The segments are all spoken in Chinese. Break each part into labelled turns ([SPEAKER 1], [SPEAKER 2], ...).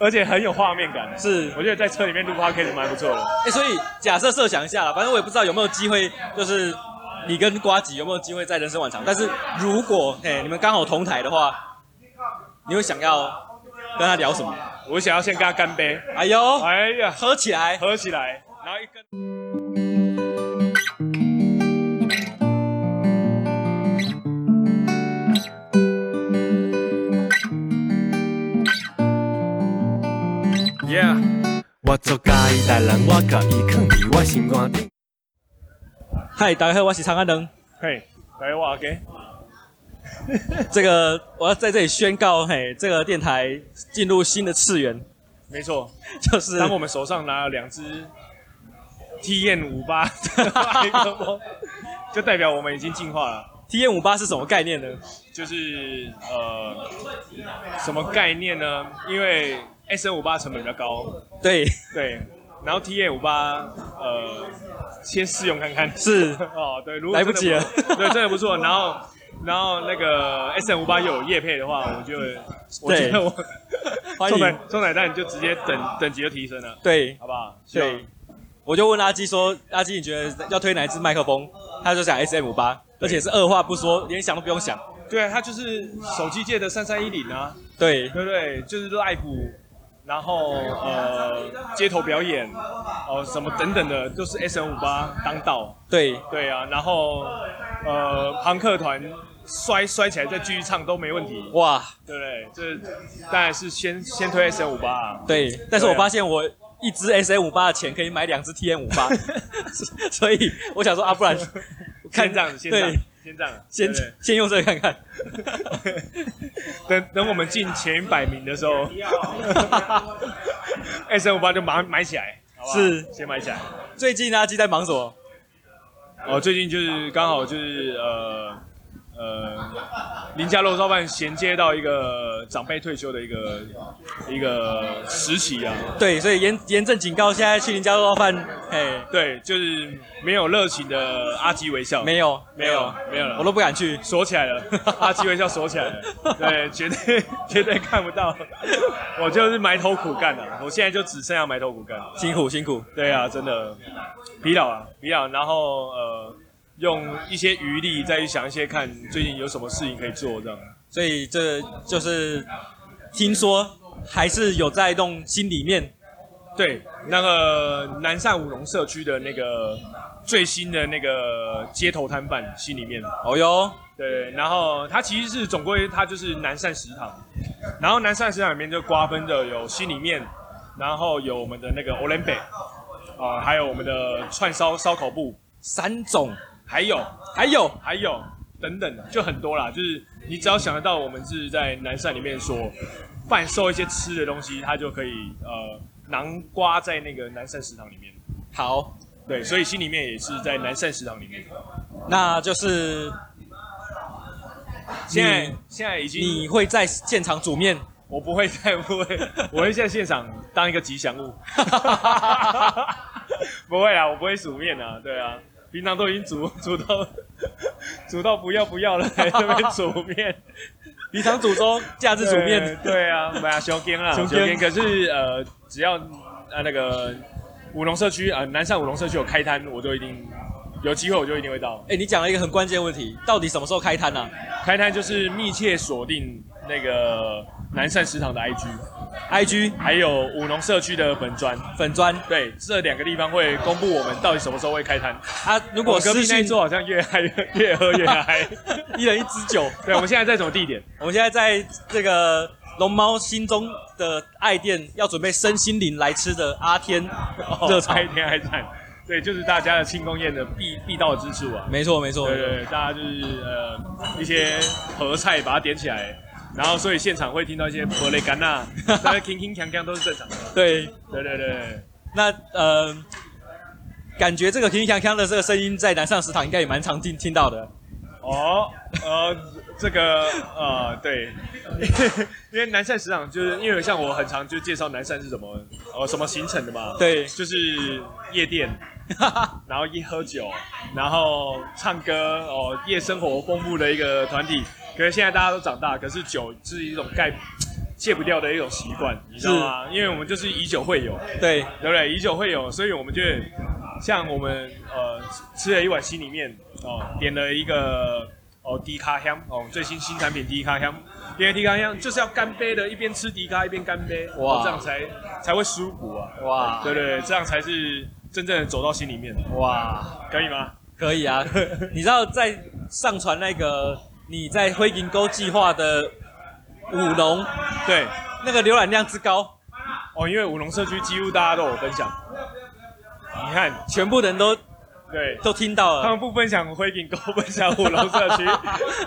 [SPEAKER 1] 而且很有画面感。
[SPEAKER 2] 是
[SPEAKER 1] 我觉得在车里面录 podcast 蛮不错的。
[SPEAKER 2] 哎、所以假设设想一下啦，反正我也不知道有没有机会，就是你跟瓜吉有没有机会在人生晚场。但是如果嘿你们刚好同台的话，你会想要跟他聊什么？
[SPEAKER 1] 我想要先跟他干杯，
[SPEAKER 2] 哎呦，
[SPEAKER 1] 哎呀，
[SPEAKER 2] 合起来！
[SPEAKER 1] 合起来，然后一根。Yeah，
[SPEAKER 3] 我做家己代人，我甲伊藏伫我心肝顶。
[SPEAKER 2] 嗨，大家好，我是长安人。
[SPEAKER 1] 嘿，来我 OK，
[SPEAKER 2] 这个我要在这里宣告，嘿，这个电台进入新的次元，
[SPEAKER 1] 没错。
[SPEAKER 2] 就是
[SPEAKER 1] 当我们手上拿了两只 T N 五八的麦克风，就代表我们已经进化了。
[SPEAKER 2] T N 五八是什么概念呢？
[SPEAKER 1] 就是呃，什么概念呢？因为 S N 五八成本比较高，
[SPEAKER 2] 对，
[SPEAKER 1] 对，然后 T A 五八呃，先试用看看。
[SPEAKER 2] 是
[SPEAKER 1] 哦，对，如果
[SPEAKER 2] 来不及了
[SPEAKER 1] 真的不 对，真的不错。然后然后那个 S N 五八有叶配的话，我就我觉得我
[SPEAKER 2] 欢
[SPEAKER 1] 送奶
[SPEAKER 2] 迎
[SPEAKER 1] 送奶蛋就直接等等级就提升了，
[SPEAKER 2] 对
[SPEAKER 1] 好不好？希望
[SPEAKER 2] 对，我就问阿基说，阿基你觉得要推哪一支麦克风？他就讲 S M 五八，而且是二话不说，连想都不用想。
[SPEAKER 1] 对啊，它就是手机界的三三一零啊，
[SPEAKER 2] 对，
[SPEAKER 1] 对不对？就是赖谱，然后呃，街头表演，哦、什么等等的，都是 S N 五八当道。
[SPEAKER 2] 对，
[SPEAKER 1] 对啊，然后呃，朋克团摔摔起来再继续唱都没问题，
[SPEAKER 2] 哇，
[SPEAKER 1] 对不对？这当然是先先推 S N 五八，
[SPEAKER 2] 对。但是我
[SPEAKER 1] 对啊
[SPEAKER 2] 发现我一支 S M 五八的钱可以买两支 T M 五 八，所以我想说啊，不然
[SPEAKER 1] 先这样子，先这样
[SPEAKER 2] 对
[SPEAKER 1] 子，，先这样子，
[SPEAKER 2] 先
[SPEAKER 1] 对不对
[SPEAKER 2] 先用这个看 看。
[SPEAKER 1] 等等我们进前一百名的时候 ，S N 五八就马上买起来，好不好
[SPEAKER 2] 是
[SPEAKER 1] 先买起来。
[SPEAKER 2] 最近阿基在忙什么？
[SPEAKER 1] 哦，最近就是刚好就是呃呃，林家肉燥饭衔接到一个长辈退休的一个一个时期啊，
[SPEAKER 2] 对，所以严严正警告，现在去林家做饭，哎，
[SPEAKER 1] 对，就是没有热情的阿基微笑，
[SPEAKER 2] 没有
[SPEAKER 1] 没有没有了，
[SPEAKER 2] 我都不敢去。
[SPEAKER 1] 锁起来了， 阿基微笑锁起来了，对，绝对绝对看不到，我就是埋头苦干了、我现在就只剩下埋头苦干，
[SPEAKER 2] 辛苦辛苦，
[SPEAKER 1] 对啊，真的疲劳啊疲劳，然后呃，用一些余力再去想一些看最近有什么事情可以做这样，
[SPEAKER 2] 所以这就是听说还是有在弄心里面，
[SPEAKER 1] 对，那个南善五龙社区的那个最新的那个街头摊贩心里面。
[SPEAKER 2] 哦哟，
[SPEAKER 1] 对，然后它其实是总归它就是南善食堂，然后南善食堂里面就瓜分的有心里面，然后有我们的那个 o l y m p i 啊、还有我们的串烧烧烤部，
[SPEAKER 2] 三种，
[SPEAKER 1] 还有
[SPEAKER 2] 还有
[SPEAKER 1] 还有等等的，就很多啦。就是你只要想得到，我们是在南善里面所贩售一些吃的东西，它就可以呃囊瓜在那个南善食堂里面。
[SPEAKER 2] 好，
[SPEAKER 1] 对，所以心里面也是在南善食堂里面。
[SPEAKER 2] 那就是
[SPEAKER 1] 现在现在已经
[SPEAKER 2] 你会在现场煮面，
[SPEAKER 1] 我不会在，不会， 我会在现场当一个吉祥物。 不会啦，我不会煮面啊，对啊，平常都已经煮 煮到煮到不要不要了，还在那边煮 面，
[SPEAKER 2] 平常煮粥，假日煮面，
[SPEAKER 1] 对对啊，买啊，熊根啦，
[SPEAKER 2] 熊
[SPEAKER 1] 熊
[SPEAKER 2] 根
[SPEAKER 1] 根。可是呃，只要呃那个五龙社区啊、呃南上五龙社区有开摊，我就一定有机会，我就一定会到。
[SPEAKER 2] 哎，你讲了一个很关键的问题，到底什么时候开摊呢、啊
[SPEAKER 1] 开摊就是密切锁定那个南善食堂的 IG，
[SPEAKER 2] i g
[SPEAKER 1] 还有五龙社区的本专。
[SPEAKER 2] 粉砖
[SPEAKER 1] 对，这两个地方会公布我们到底什么时候会开摊。
[SPEAKER 2] 啊，如
[SPEAKER 1] 如果
[SPEAKER 2] 果
[SPEAKER 1] 隔
[SPEAKER 2] 私
[SPEAKER 1] 壁那一
[SPEAKER 2] 信
[SPEAKER 1] 桌好像越嗨越越喝越嗨。
[SPEAKER 2] 一人一支酒，
[SPEAKER 1] 对，我们现在在什么地 点？
[SPEAKER 2] 我们现在在这个龙猫心中的爱店，要准备身心灵来吃的阿天
[SPEAKER 1] 哦
[SPEAKER 2] 热炒。
[SPEAKER 1] 嗨天嗨战。对，就是大家的庆功宴的必必到之处啊。
[SPEAKER 2] 没错没错
[SPEAKER 1] 对，对对，大家就是呃一些合菜把它点起来，然后所以现场会听到一些婆雷干 呐，大家铿铿锵锵都是正常的。
[SPEAKER 2] 对，
[SPEAKER 1] 对对对，
[SPEAKER 2] 那呃，感觉这个平平锵锵的这个声音在南上食堂应该也蛮常听听到的。
[SPEAKER 1] 哦，呃，这个呃，对，因为南山食堂就是因为像我很常就介绍南山是什么呃什么行程的嘛，
[SPEAKER 2] 对
[SPEAKER 1] 就是夜店，然后一喝酒，然后唱歌哦，夜生活丰富的一个团体。可是现在大家都长大，可是酒是一种盖戒不掉的一种习惯，你知道吗？因为我们就是以酒会友，
[SPEAKER 2] 对，
[SPEAKER 1] 对不对？以酒会友，所以我们就像我们呃吃吃了一碗心里面哦，点了一个哦低咖香哦最新新产品低咖香，因为低咖香就是要干杯的，一边吃低咖一边干杯，哇、
[SPEAKER 2] 哇
[SPEAKER 1] 这样才才会舒服啊，
[SPEAKER 2] 哇
[SPEAKER 1] 对不对？这样才是真正的走到心里面，
[SPEAKER 2] 哇，
[SPEAKER 1] 可以吗？
[SPEAKER 2] 可以啊。你知道在上传那个你在灰银沟计划的舞龙，
[SPEAKER 1] 对，
[SPEAKER 2] 那个浏览量之高，
[SPEAKER 1] 哦，因为五龙社区几乎大家都有分享，你看，
[SPEAKER 2] 全部人都
[SPEAKER 1] 对，
[SPEAKER 2] 都听到
[SPEAKER 1] 他
[SPEAKER 2] 了。
[SPEAKER 1] 们不分享灰顶沟，分享五龙社 区，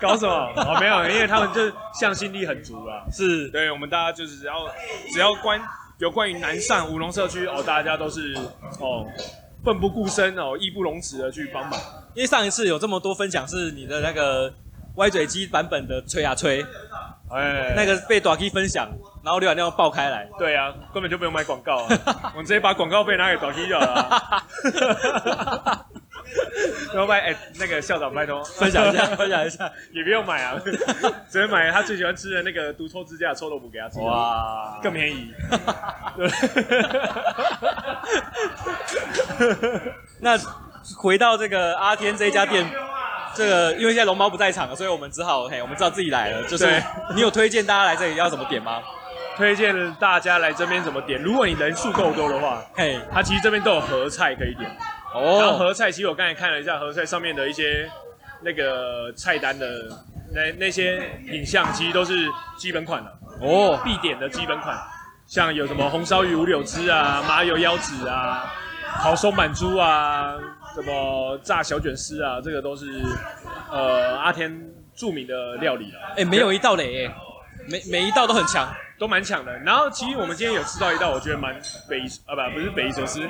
[SPEAKER 1] 搞什么？哦，没有，因为他们就是向心力很足啦。
[SPEAKER 2] 是，
[SPEAKER 1] 对，我们大家就是只要只要关有关于南上五龙社区哦，大家都是哦奋不顾身哦，义不容辞的去帮忙。
[SPEAKER 2] 因为上一次有这么多分享是你的那个歪嘴鸡版本的吹啊吹，
[SPEAKER 1] 哎，
[SPEAKER 2] 那个被短 K 分享，然后浏览量爆开来。
[SPEAKER 1] 对啊，根本就不用买广告啊，我们直接把广告费拿给短 K 就好了啊、然后拜哎，那个校长拜托
[SPEAKER 2] 分享 一下，分享一下。
[SPEAKER 1] 也不用买啊， 直接买他最喜欢吃的那个独抽指甲的臭豆腐给他吃。哇，
[SPEAKER 2] 哇，
[SPEAKER 1] 更便宜。
[SPEAKER 2] 那回到这个阿天这一家店，这个因为现在龙猫不在场了，所以我们只好嘿，我们只好自己来了。就是
[SPEAKER 1] 对
[SPEAKER 2] 你有推荐大家来这里要怎么点吗？
[SPEAKER 1] 推荐大家来这边怎么点？如果你人数够多的话，
[SPEAKER 2] 嘿，
[SPEAKER 1] 它其实这边都有合菜可以点。然后
[SPEAKER 2] 哦，
[SPEAKER 1] 合菜，其实我刚才看了一下合菜上面的一些那个菜单的那那些影像，其实都是基本款的、
[SPEAKER 2] 哦，
[SPEAKER 1] 必点的基本款，像有什么红烧鱼五柳枝啊、麻油腰子啊、烤松板猪啊、什么炸小卷丝啊，这个都是呃阿天著名的料理了，
[SPEAKER 2] 哎，没有一道雷，哎，每每一道都很强。
[SPEAKER 1] 都蛮强的。然后其实我们今天有吃到一道，我觉得蛮北宜啊，不不是北宜寿司，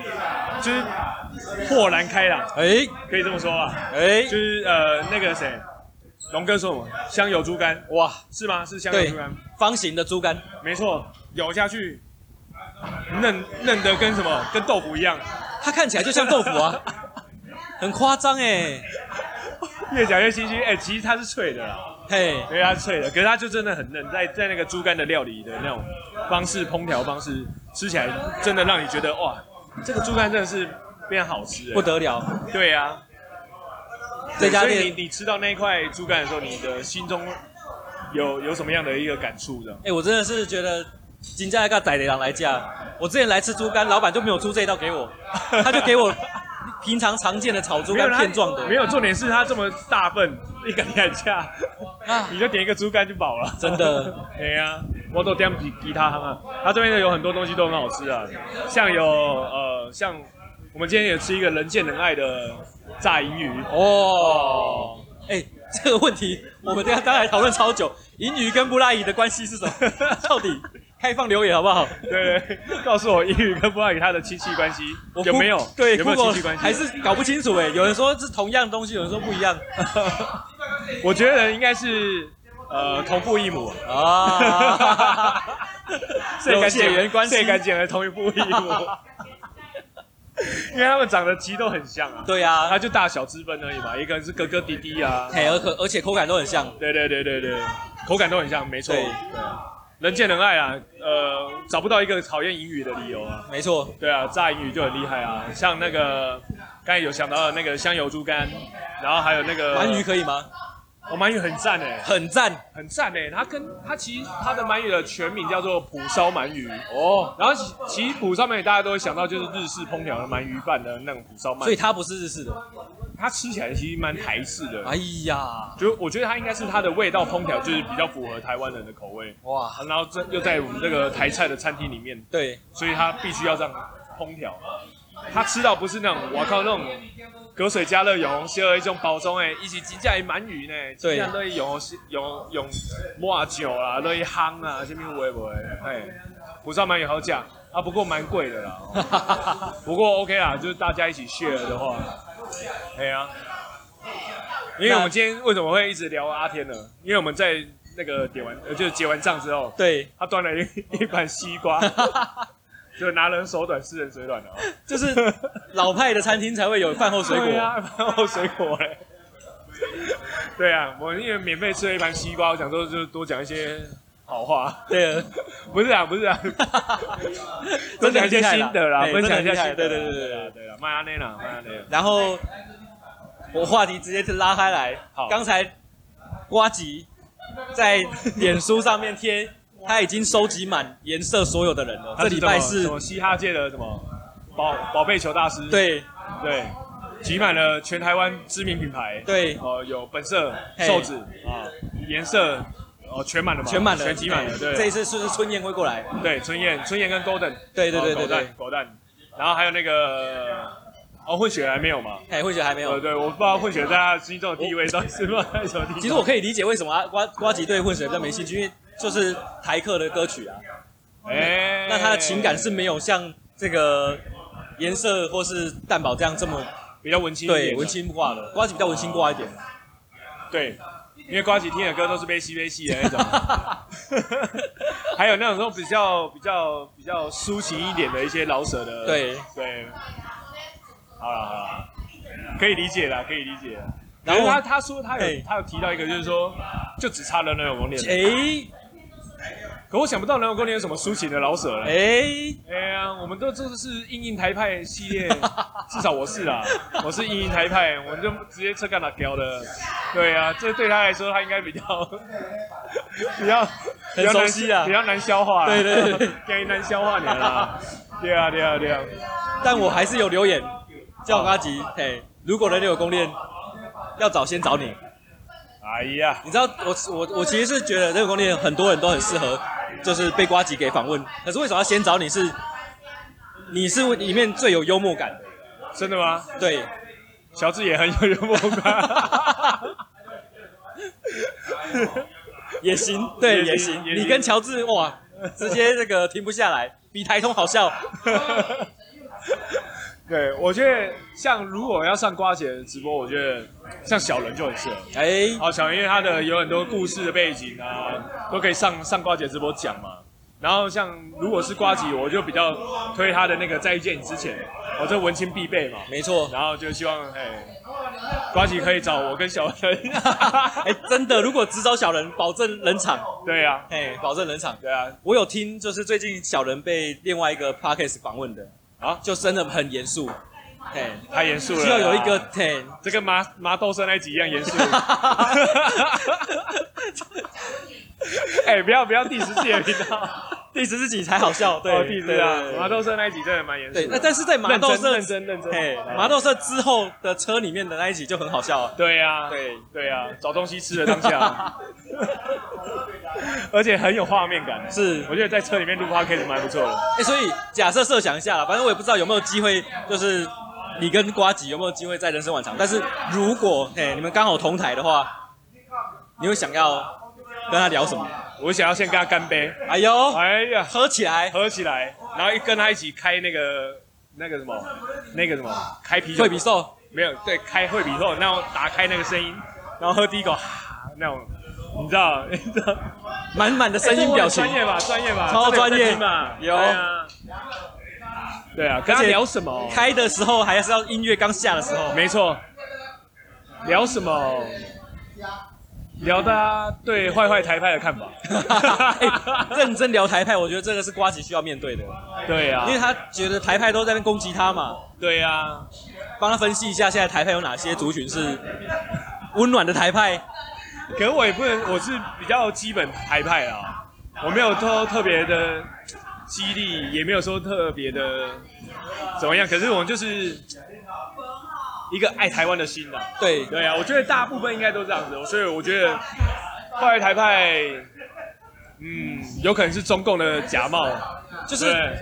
[SPEAKER 1] 就是豁然开朗，
[SPEAKER 2] 哎
[SPEAKER 1] 可以这么说吧，
[SPEAKER 2] 哎
[SPEAKER 1] 就，是呃那个谁。龙哥说什么？香油猪肝
[SPEAKER 2] 哇，
[SPEAKER 1] 是吗？是香油
[SPEAKER 2] 对
[SPEAKER 1] 猪肝，，
[SPEAKER 2] 方形的猪肝，
[SPEAKER 1] 没错，咬下去嫩嫩的跟什么？跟豆腐一样。
[SPEAKER 2] 它看起来就像豆腐啊，很夸张哎，
[SPEAKER 1] 越讲越心虚。哎、其实它是脆的啦，
[SPEAKER 2] 嘿，
[SPEAKER 1] 对，它是脆的，可是它就真的很嫩，在在那个猪肝的料理的那种方式、烹调方式，吃起来真的让你觉得哇，这个猪肝真的是非常好吃、
[SPEAKER 2] 不
[SPEAKER 1] 哎。
[SPEAKER 2] 得了，
[SPEAKER 1] 对啊，
[SPEAKER 2] 这家
[SPEAKER 1] 所以
[SPEAKER 2] 店。
[SPEAKER 1] 你你吃到那一块猪肝的时候，你的心中有有什么样的一个感触的？
[SPEAKER 2] 哎、我真的是觉得金价个宰的狼来价。我之前来吃猪肝，老板就没有出这一道给我，他就给我平常常见的炒猪
[SPEAKER 1] 没有
[SPEAKER 2] 肝
[SPEAKER 1] 啦
[SPEAKER 2] 片状的，
[SPEAKER 1] 没有重点是它这么大份，一个两下，
[SPEAKER 2] 啊
[SPEAKER 1] 你就点一个猪肝就饱了。
[SPEAKER 2] 真的。
[SPEAKER 1] 哎呀、我都点吉吉他行啊，它这边有很多东西都很好吃啊，像有呃，像我们今天也吃一个人见人爱的炸银鱼，
[SPEAKER 2] 哦。哎、这个问题我们刚刚才讨论超久，银鱼跟布拉伊的关系是什么？到底开放留言好不好？
[SPEAKER 1] 对对，告诉我英语跟布拉鱼它的亲戚关系
[SPEAKER 2] 我
[SPEAKER 1] 有没有
[SPEAKER 2] Goog-？对
[SPEAKER 1] 有没有
[SPEAKER 2] Google
[SPEAKER 1] 亲戚关系？
[SPEAKER 2] 还是搞不清楚哎、有人说是同样东西，有人说不一样
[SPEAKER 1] 我觉得应该是呃同父异母，
[SPEAKER 2] 啊。有血缘关系
[SPEAKER 1] 最，干净的同一父异母，因为他们长得其实都很像啊，
[SPEAKER 2] 对呀、
[SPEAKER 1] 它
[SPEAKER 2] 啊，
[SPEAKER 1] 就大小之分而已嘛，一个是哥哥弟弟啊，
[SPEAKER 2] 嘿，而可而且口感都很像。
[SPEAKER 1] 对对对对对，口感都很像，没错，
[SPEAKER 2] 对
[SPEAKER 1] 对啊，人见人爱啊，呃，找不到一个讨厌英语的理由啊，
[SPEAKER 2] 没错，
[SPEAKER 1] 对啊，炸英语就很厉害啊，像那个刚才有想到的那个香油猪肝，然后还有那个
[SPEAKER 2] 鳗鱼，可以吗？
[SPEAKER 1] 哦，鳗鱼很赞哎、
[SPEAKER 2] 很赞
[SPEAKER 1] 很赞哎、它跟它其实它的鳗鱼的全名叫做蒲烧鳗鱼，
[SPEAKER 2] 哦，
[SPEAKER 1] 然后其其实蒲烧鳗鱼大家都会想到就是日式烹调的鳗鱼饭的那种蒲烧鳗，
[SPEAKER 2] 所以它不是日式的。
[SPEAKER 1] 它吃起来其实蛮台式的，
[SPEAKER 2] 哎呀，
[SPEAKER 1] 就我觉得它应该是它的味道烹调就是比较符合台湾人的口味。
[SPEAKER 2] 哇，
[SPEAKER 1] 然后这又在我们这个台菜的餐厅里面，
[SPEAKER 2] 对，
[SPEAKER 1] 所以它必须要这样烹调。他吃到不是那种，我靠那种隔水加热永红蟹二一种包装哎，一起金价一鳗鱼呢，
[SPEAKER 2] 对
[SPEAKER 1] 金价热永红永永抹酒啦，热一夯啊，这边微微哎，不上鳗鱼好讲啊，不过蛮贵的啦，不过 OK 啦，就是大家一起 share 的话，哎呀、因为我们今天为什么会一直聊阿天呢？因为我们在那个点完呃，就是结完账之后，
[SPEAKER 2] 对，
[SPEAKER 1] 他端了一 一盘西瓜，就拿人手短，吃人嘴短的、哦。
[SPEAKER 2] 就是老派的餐厅才会有饭后水
[SPEAKER 1] 对
[SPEAKER 2] 果。
[SPEAKER 1] 啊，然后水果 嘞。对啊，我因为免费吃了一盘西瓜，我想说就多讲一些好话，
[SPEAKER 2] 对了，
[SPEAKER 1] 不是啊，不是 啊，分享一些
[SPEAKER 2] 真的很厉害啦
[SPEAKER 1] 心得啦，
[SPEAKER 2] 哎
[SPEAKER 1] 分享一
[SPEAKER 2] 真的很厉
[SPEAKER 1] 下
[SPEAKER 2] 害
[SPEAKER 1] 心得啦，
[SPEAKER 2] 对对对对
[SPEAKER 1] 对对啦，麦阿内啦，麦阿内啦，
[SPEAKER 2] 然后我话题直接就拉开来
[SPEAKER 1] 好，
[SPEAKER 2] 刚才瓜吉在脸书上面贴，他已经收集满颜色所有的人了。
[SPEAKER 1] 他
[SPEAKER 2] 这
[SPEAKER 1] 是
[SPEAKER 2] 礼
[SPEAKER 1] 什么
[SPEAKER 2] 拜
[SPEAKER 1] 什
[SPEAKER 2] 是
[SPEAKER 1] 么嘻哈界的什么宝宝贝球大师，
[SPEAKER 2] 对
[SPEAKER 1] 对，集满了全台湾知名品牌，
[SPEAKER 2] 对
[SPEAKER 1] 哦，有本色、
[SPEAKER 2] 嘿
[SPEAKER 1] 瘦子啊，颜色哦全满了嘛，
[SPEAKER 2] 全满了，
[SPEAKER 1] 全集满了，
[SPEAKER 2] 这一
[SPEAKER 1] 对，
[SPEAKER 2] 次是春燕会过来，
[SPEAKER 1] 对，春燕、春燕跟 Golden，
[SPEAKER 2] 对对
[SPEAKER 1] 哦
[SPEAKER 2] 对对
[SPEAKER 1] 狗蛋
[SPEAKER 2] 对
[SPEAKER 1] 狗蛋，然后还有那个哦混血还没有嘛？
[SPEAKER 2] 哎，慧姐还没
[SPEAKER 1] 呃，
[SPEAKER 2] 有。
[SPEAKER 1] 对，我不知道混血在他心中的地位到底是放在什么地方。
[SPEAKER 2] 其实我可以理解为什么啊瓜瓜吉对混血比较没兴趣，因为就是台客的歌曲啊，
[SPEAKER 1] 哎，
[SPEAKER 2] 那他的情感是没有像这个颜色或是蛋堡这样这么
[SPEAKER 1] 比较文青一点的，
[SPEAKER 2] 对文青挂的，瓜吉比较文青挂一点。
[SPEAKER 1] 对，因为瓜吉听的歌都是悲西悲西的 那种，还有那种说比较比较比较抒情一点的一些老舍的，
[SPEAKER 2] 对
[SPEAKER 1] 对，好了好了，可以理解了，可以理解啦。
[SPEAKER 2] 然
[SPEAKER 1] 然后他
[SPEAKER 2] 后
[SPEAKER 1] 他说他有
[SPEAKER 2] 嘿
[SPEAKER 1] 他有提到一个，就是说就只差人人有攻略，
[SPEAKER 2] 哎
[SPEAKER 1] 可我想不到人人有攻略有什么抒情的老舍了。
[SPEAKER 2] 哎，
[SPEAKER 1] 哎呀，我们都这是硬硬台派系 列，至少我是啦，我是硬硬台派，我就直接车干打掉的。对啊，这对他来说，他应该比 较比较
[SPEAKER 2] 很熟悉啊
[SPEAKER 1] 比较难消化啦，
[SPEAKER 2] 对 对对
[SPEAKER 1] 比较难消化你了啦。对啊，对啊，对啊，
[SPEAKER 2] 但我还是有留言叫瓜吉，嘿，如果人有攻略，要找先找你。
[SPEAKER 1] 哎呀，
[SPEAKER 2] 你知道我我我其实是觉得人有攻略很多人都很适合，就是被瓜吉给访问。可是为什么要先找你是？你是里面最有幽默感的，
[SPEAKER 1] 真的吗？
[SPEAKER 2] 对，
[SPEAKER 1] 小智也很有幽默感。
[SPEAKER 2] 也行，对，
[SPEAKER 1] 也
[SPEAKER 2] 也
[SPEAKER 1] 行
[SPEAKER 2] 行。
[SPEAKER 1] 也行
[SPEAKER 2] 你跟乔治哇，直接这个停不下来，比台通好笑。
[SPEAKER 1] 对，我觉得像如果要上瓜姐的直播，我觉得像小人就很适合。哦
[SPEAKER 2] 哎，
[SPEAKER 1] 好想，因为他的有很多故事的背景啊，都可以上上瓜姐直播讲嘛。然后像如果是瓜姐，我就比较推他的那个《再见你之前》，我、这文青必备嘛。
[SPEAKER 2] 没错，
[SPEAKER 1] 然后就希望哎，瓜姐可以找我跟小陈。
[SPEAKER 2] 哎，真的，如果只找小人，保证冷场，
[SPEAKER 1] 对啊，
[SPEAKER 2] 哎，保证冷场。
[SPEAKER 1] 对啊，
[SPEAKER 2] 我有听，就是最近小人被另外一个 podcast 访问的，
[SPEAKER 1] 啊，
[SPEAKER 2] 就真的很严肃，嘿，
[SPEAKER 1] 太严肃了。啊
[SPEAKER 2] 需要有一个，嘿，
[SPEAKER 1] 这跟麻麻豆生那集一样严肃。哎、不要不要第十季的频道，
[SPEAKER 2] 第十集才好笑，对
[SPEAKER 1] 哦，第十啊，麻
[SPEAKER 2] 豆
[SPEAKER 1] 豆生那一集真的蛮严肃
[SPEAKER 2] 对，
[SPEAKER 1] 的。
[SPEAKER 2] 那但是在麻豆社
[SPEAKER 1] 认，真认真
[SPEAKER 2] 嘿
[SPEAKER 1] 认真，，
[SPEAKER 2] 麻豆社之后的车里面的那一集就很好笑了，
[SPEAKER 1] 对呀、
[SPEAKER 2] 对
[SPEAKER 1] 对呀、找东西吃的当 下，而且很有画面感。
[SPEAKER 2] 是
[SPEAKER 1] 我觉得在车里面录 podcast 蛮不错的。
[SPEAKER 2] 哎、所以假设设想一下啦，反正我也不知道有没有机会，就是你跟瓜吉有没有机会在人生晚场。但是如果哎、你们刚好同台的话，你会想要跟他聊什么？
[SPEAKER 1] 我想要先跟他干杯，
[SPEAKER 2] 哎呦，
[SPEAKER 1] 哎呀，
[SPEAKER 2] 合起来
[SPEAKER 1] 合起来，然后一跟他一起开那个那个什么那个什么开啤酒，
[SPEAKER 2] 会比寿，
[SPEAKER 1] 没有对开会比后，那我打开那个声音，然后喝第一口哈那种，你知道你知道，
[SPEAKER 2] 满满的声音表情
[SPEAKER 1] 哎这我很，专业吧，专业吧，
[SPEAKER 2] 超专
[SPEAKER 1] 这个
[SPEAKER 2] 业
[SPEAKER 1] 很正经吧，
[SPEAKER 2] 有
[SPEAKER 1] 对啊，对啊，跟他
[SPEAKER 2] 而且
[SPEAKER 1] 聊什么？
[SPEAKER 2] 开的时候还是要音乐刚下的时候，。
[SPEAKER 1] 没错，聊什么？聊大家对坏坏台派的看法
[SPEAKER 2] 哎认真聊台派，我觉得这个是瓜吉需要面对的，
[SPEAKER 1] 对啊
[SPEAKER 2] 因，为他觉得台派都在那边攻击他嘛，
[SPEAKER 1] 对啊，
[SPEAKER 2] 帮他分析一下现在台派有哪些族群是温暖的台派，
[SPEAKER 1] 可我也不能，我是比较基本台派啦，我没有特特别的激励，也没有说特别的怎么样，可是我们就是一个爱台湾的心啦。
[SPEAKER 2] 对，
[SPEAKER 1] 对啊，我觉得大部分应该都这样子，所以我觉得坏坏台派，嗯，有可能是中共的假冒，
[SPEAKER 2] 就是
[SPEAKER 1] 对。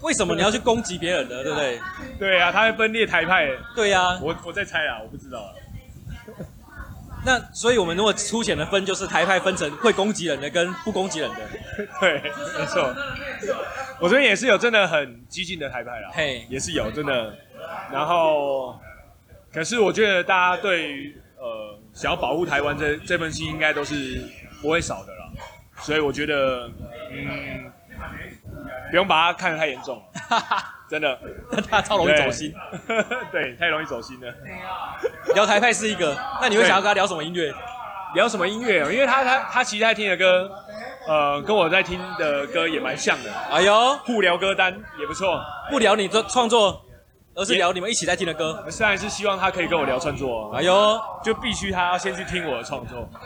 [SPEAKER 2] 为什么你要去攻击别人呢？对不对？
[SPEAKER 1] 对啊，他会分裂台派，
[SPEAKER 2] 对呀、
[SPEAKER 1] 我我在猜啊，我不知道啊。
[SPEAKER 2] 那所以我们如果粗浅的分，就是台派分成会攻击人的跟不攻击人的。
[SPEAKER 1] 对，没错，我这边也是有真的很激进的台派啦，
[SPEAKER 2] 嘿
[SPEAKER 1] 也是有真的。然后，可是我觉得大家对于呃想要保护台湾这这份心，应该都是不会少的啦。所以我觉得，嗯，不用把它看得太严重了，真的
[SPEAKER 2] 那他超容易走心。。
[SPEAKER 1] 对 对，太容易走心了。
[SPEAKER 2] 聊台派是一个，那你会想要跟他聊什么音乐？
[SPEAKER 1] 啊聊什么音乐哦？因为他他他其实他听的歌呃，跟我在听的歌也蛮像的，
[SPEAKER 2] 哎呦，
[SPEAKER 1] 互聊歌单也不错。
[SPEAKER 2] 不聊你的创作，而是聊你们一起在听的歌。
[SPEAKER 1] 我虽然是希望他可以跟我聊创作哦，
[SPEAKER 2] 哎呦，
[SPEAKER 1] 就必须他要先去听我的创作，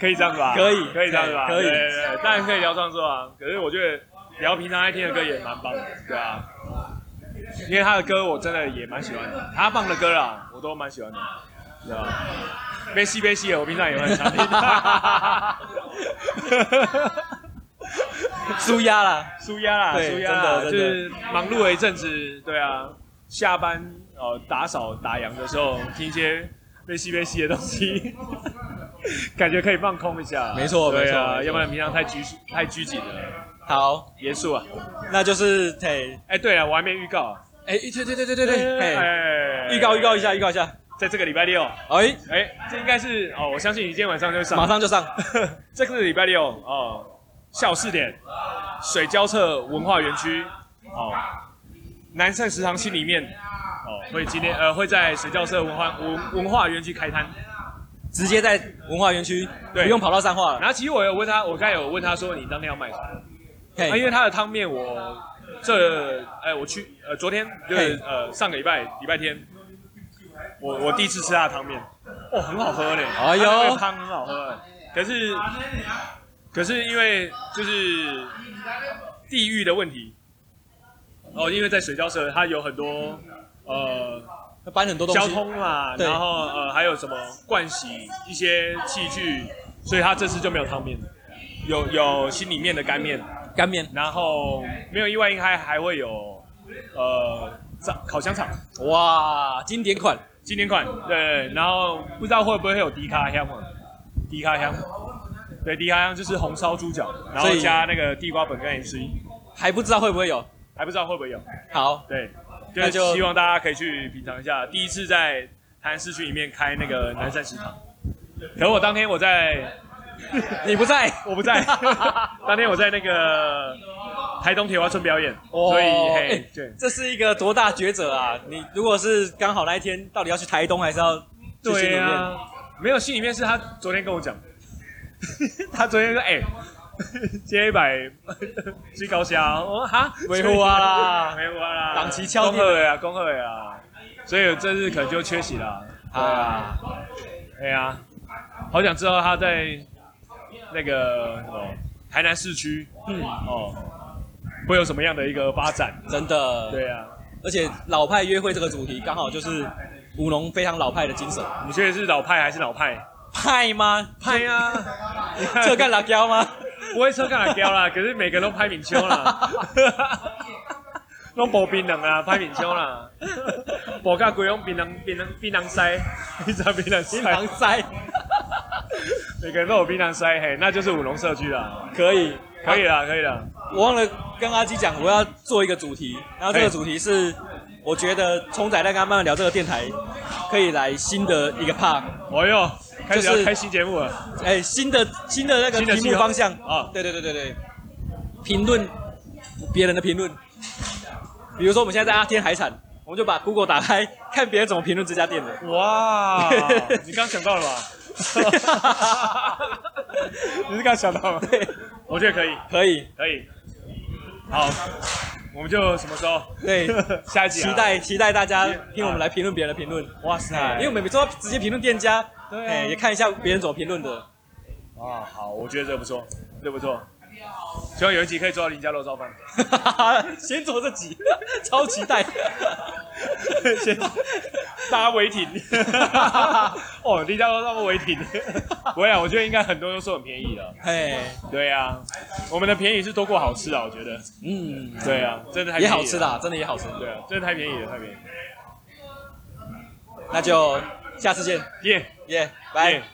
[SPEAKER 1] 可以这样子吧？
[SPEAKER 2] 可以
[SPEAKER 1] 可以这样子吧？
[SPEAKER 2] 可以
[SPEAKER 1] 对对对，当然可以聊创作啊。可是我觉得聊平常爱听的歌也蛮棒的，对啊。因为他的歌我真的也蛮喜欢的，他放的歌啦，我都蛮喜欢的，对啊。没戏没戏的，我平常也会常听。
[SPEAKER 2] 舒压啦，
[SPEAKER 1] 舒压啦，
[SPEAKER 2] 对
[SPEAKER 1] 舒压啦，就
[SPEAKER 2] 真的
[SPEAKER 1] 是忙碌了一阵子，对啊，下班呃打扫打烊的时候听一些被吸被吸的东西， 感觉可以放空一下。
[SPEAKER 2] 没错
[SPEAKER 1] 对啊
[SPEAKER 2] 没错没错
[SPEAKER 1] 要不然平常太拘太拘谨了，
[SPEAKER 2] 好，
[SPEAKER 1] 严肃啊。
[SPEAKER 2] 那就是嘿，
[SPEAKER 1] 哎，对了，我还没预告啊，
[SPEAKER 2] 哎，对对对对对对，嘿，
[SPEAKER 1] 哎
[SPEAKER 2] 预告预告一，下，预告一下，
[SPEAKER 1] 在这个礼拜六，
[SPEAKER 2] 哎，
[SPEAKER 1] 哎，这应该是哦，我相信你今天晚上就上，
[SPEAKER 2] 马上就上，
[SPEAKER 1] 这个礼拜六哦，下午四点，水交侧文化园区哦，南盛食堂西里面哦，会今天呃会在水交侧文化文文化园区开摊。
[SPEAKER 2] 直接在文化园区，不
[SPEAKER 1] 对
[SPEAKER 2] 用跑到三化了，
[SPEAKER 1] 然后其实我有问他，我刚才有问他说你当天要卖什么？啊，因
[SPEAKER 2] 嘿，
[SPEAKER 1] 为他的汤面我这哎、我去呃昨天就是
[SPEAKER 2] 嘿
[SPEAKER 1] 呃上个礼拜礼拜天，我我第一次吃他的汤面，哦很好喝嘞，
[SPEAKER 2] 哎呦
[SPEAKER 1] 他那个汤很好喝，可是可是因为就是地域的问题，哦因为在水交社它有很多呃
[SPEAKER 2] 搬很多东西，
[SPEAKER 1] 交通啦，
[SPEAKER 2] 对
[SPEAKER 1] 然后呃还有什么盥洗一些器具，所以他这次就没有汤面，有有心里面的干面。
[SPEAKER 2] 干面，
[SPEAKER 1] 然后没有意外，应该还会有呃炸烤香肠
[SPEAKER 2] 哇，经典款，
[SPEAKER 1] 纪念款，对对对然后不知道会不会有迪卡香啊？迪卡香，对，迪卡香就是红烧猪脚，然后
[SPEAKER 2] 所以
[SPEAKER 1] 加那个地瓜粉跟 MC，
[SPEAKER 2] 还不知道会不会有，
[SPEAKER 1] 还不知道会不会有。
[SPEAKER 2] 好，
[SPEAKER 1] 对，
[SPEAKER 2] 那
[SPEAKER 1] 就
[SPEAKER 2] 就是
[SPEAKER 1] 希望大家可以去品尝一下，第一次在台南市区里面开那个南山食堂。可我当天我在，
[SPEAKER 2] 你不在，
[SPEAKER 1] 我不在， 当天我在那个台东铁花村表演，
[SPEAKER 2] 哦
[SPEAKER 1] 所以
[SPEAKER 2] 哎
[SPEAKER 1] 嘿，对。
[SPEAKER 2] 这是一个多大抉择啊！你如果是刚好那一天，到底要去台东还是要去新
[SPEAKER 1] 对
[SPEAKER 2] 竹
[SPEAKER 1] 呀、
[SPEAKER 2] 面？
[SPEAKER 1] 啊，没有，心里面是他昨天跟我讲， 他昨天说，哎、 接一百最高虾，我说哈，
[SPEAKER 2] 维护 啊啦
[SPEAKER 1] 维护啊啦，
[SPEAKER 2] 档期敲定
[SPEAKER 1] 恭贺呀，恭贺呀，所以我这次可能就缺席了。对啊，对啊，好想知道他在那个什么台南市区，嗯，哦，会有什么样的一个发展？
[SPEAKER 2] 真的，
[SPEAKER 1] 对啊，
[SPEAKER 2] 而且老派约会这个主题刚好就是舞龙非常老派的精神，
[SPEAKER 1] 你觉得是老派还是老派？
[SPEAKER 2] 派吗？
[SPEAKER 1] 派呀、 你看
[SPEAKER 2] 这干辣椒吗？
[SPEAKER 1] 不会车干哪雕啦，可是每个都拍敏秋 啦，拢无槟榔啊，拍敏秋啦，无甲鬼用槟榔槟榔槟榔塞，你知道槟榔
[SPEAKER 2] 槟
[SPEAKER 1] 塞
[SPEAKER 2] 榔？塞
[SPEAKER 1] 每个人都有槟榔塞，嘿，那就是五龙社区啦，
[SPEAKER 2] 可以，
[SPEAKER 1] 可以啦，可以啦，
[SPEAKER 2] 我忘了跟阿基讲，我要做一个主题，然后这个主题是，我觉得冲仔在跟他慢慢聊这个电台，可以来新的一个 part，
[SPEAKER 1] 哦哟，开始
[SPEAKER 2] 就
[SPEAKER 1] 要
[SPEAKER 2] 是
[SPEAKER 1] 开新节目了，
[SPEAKER 2] 哎，新的新的那个
[SPEAKER 1] 新的
[SPEAKER 2] 题
[SPEAKER 1] 计
[SPEAKER 2] 目
[SPEAKER 1] 划
[SPEAKER 2] 方向
[SPEAKER 1] 啊
[SPEAKER 2] 对对对对对，评论别人的评论，比如说我们现在在阿天海产，我们就把 Google 打开，看别人怎么评论这家店的。
[SPEAKER 1] 哇，你刚想到了 吧？你是刚想到吗？
[SPEAKER 2] 对，
[SPEAKER 1] 我觉得可以，
[SPEAKER 2] 可以，
[SPEAKER 1] 可以，好，我们就什么时候？
[SPEAKER 2] 对
[SPEAKER 1] 下一集啊
[SPEAKER 2] 期待期待大家听我们来评论别人的评论，
[SPEAKER 1] 哇塞
[SPEAKER 2] 因为我们每次都直接评论店家，
[SPEAKER 1] 哎对啊
[SPEAKER 2] 哎也看一下别人怎么评论的。
[SPEAKER 1] 啊，好，我觉得这不错，这不错。希望有一集可以做到林家肉燥饭。
[SPEAKER 2] 先做这集， 超期待。
[SPEAKER 1] 先 大家违停。 哦，林家肉燥饭违停。不会啊，我觉得应该很多都说很便宜了。
[SPEAKER 2] 哎，
[SPEAKER 1] 对啊，我们的便宜是多过好吃啊，我觉得。
[SPEAKER 2] 嗯，
[SPEAKER 1] 对啊，真的太
[SPEAKER 2] 也
[SPEAKER 1] 便宜了
[SPEAKER 2] 好吃。啦，真的也好吃。
[SPEAKER 1] 对啊，真的太便宜了，太便宜了。
[SPEAKER 2] 那就下次见，
[SPEAKER 1] 耶、
[SPEAKER 2] 耶，
[SPEAKER 1] 拜。
[SPEAKER 2] 拜。